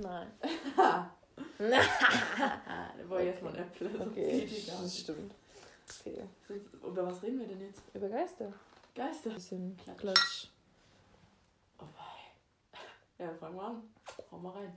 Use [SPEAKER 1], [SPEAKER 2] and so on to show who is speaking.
[SPEAKER 1] Nein.
[SPEAKER 2] Da war Ah, jetzt mal ein Äpfel. sonst
[SPEAKER 1] Okay,
[SPEAKER 2] geht die gar
[SPEAKER 1] das
[SPEAKER 2] nicht.
[SPEAKER 1] stimmt. Okay.
[SPEAKER 2] Sonst- Über was reden wir denn jetzt?
[SPEAKER 1] Über Geister.
[SPEAKER 2] Geister.
[SPEAKER 1] Bisschen
[SPEAKER 2] Klatsch.
[SPEAKER 1] Klatsch.
[SPEAKER 2] Oh wei. Ja, fangen wir an. Hau mal rein.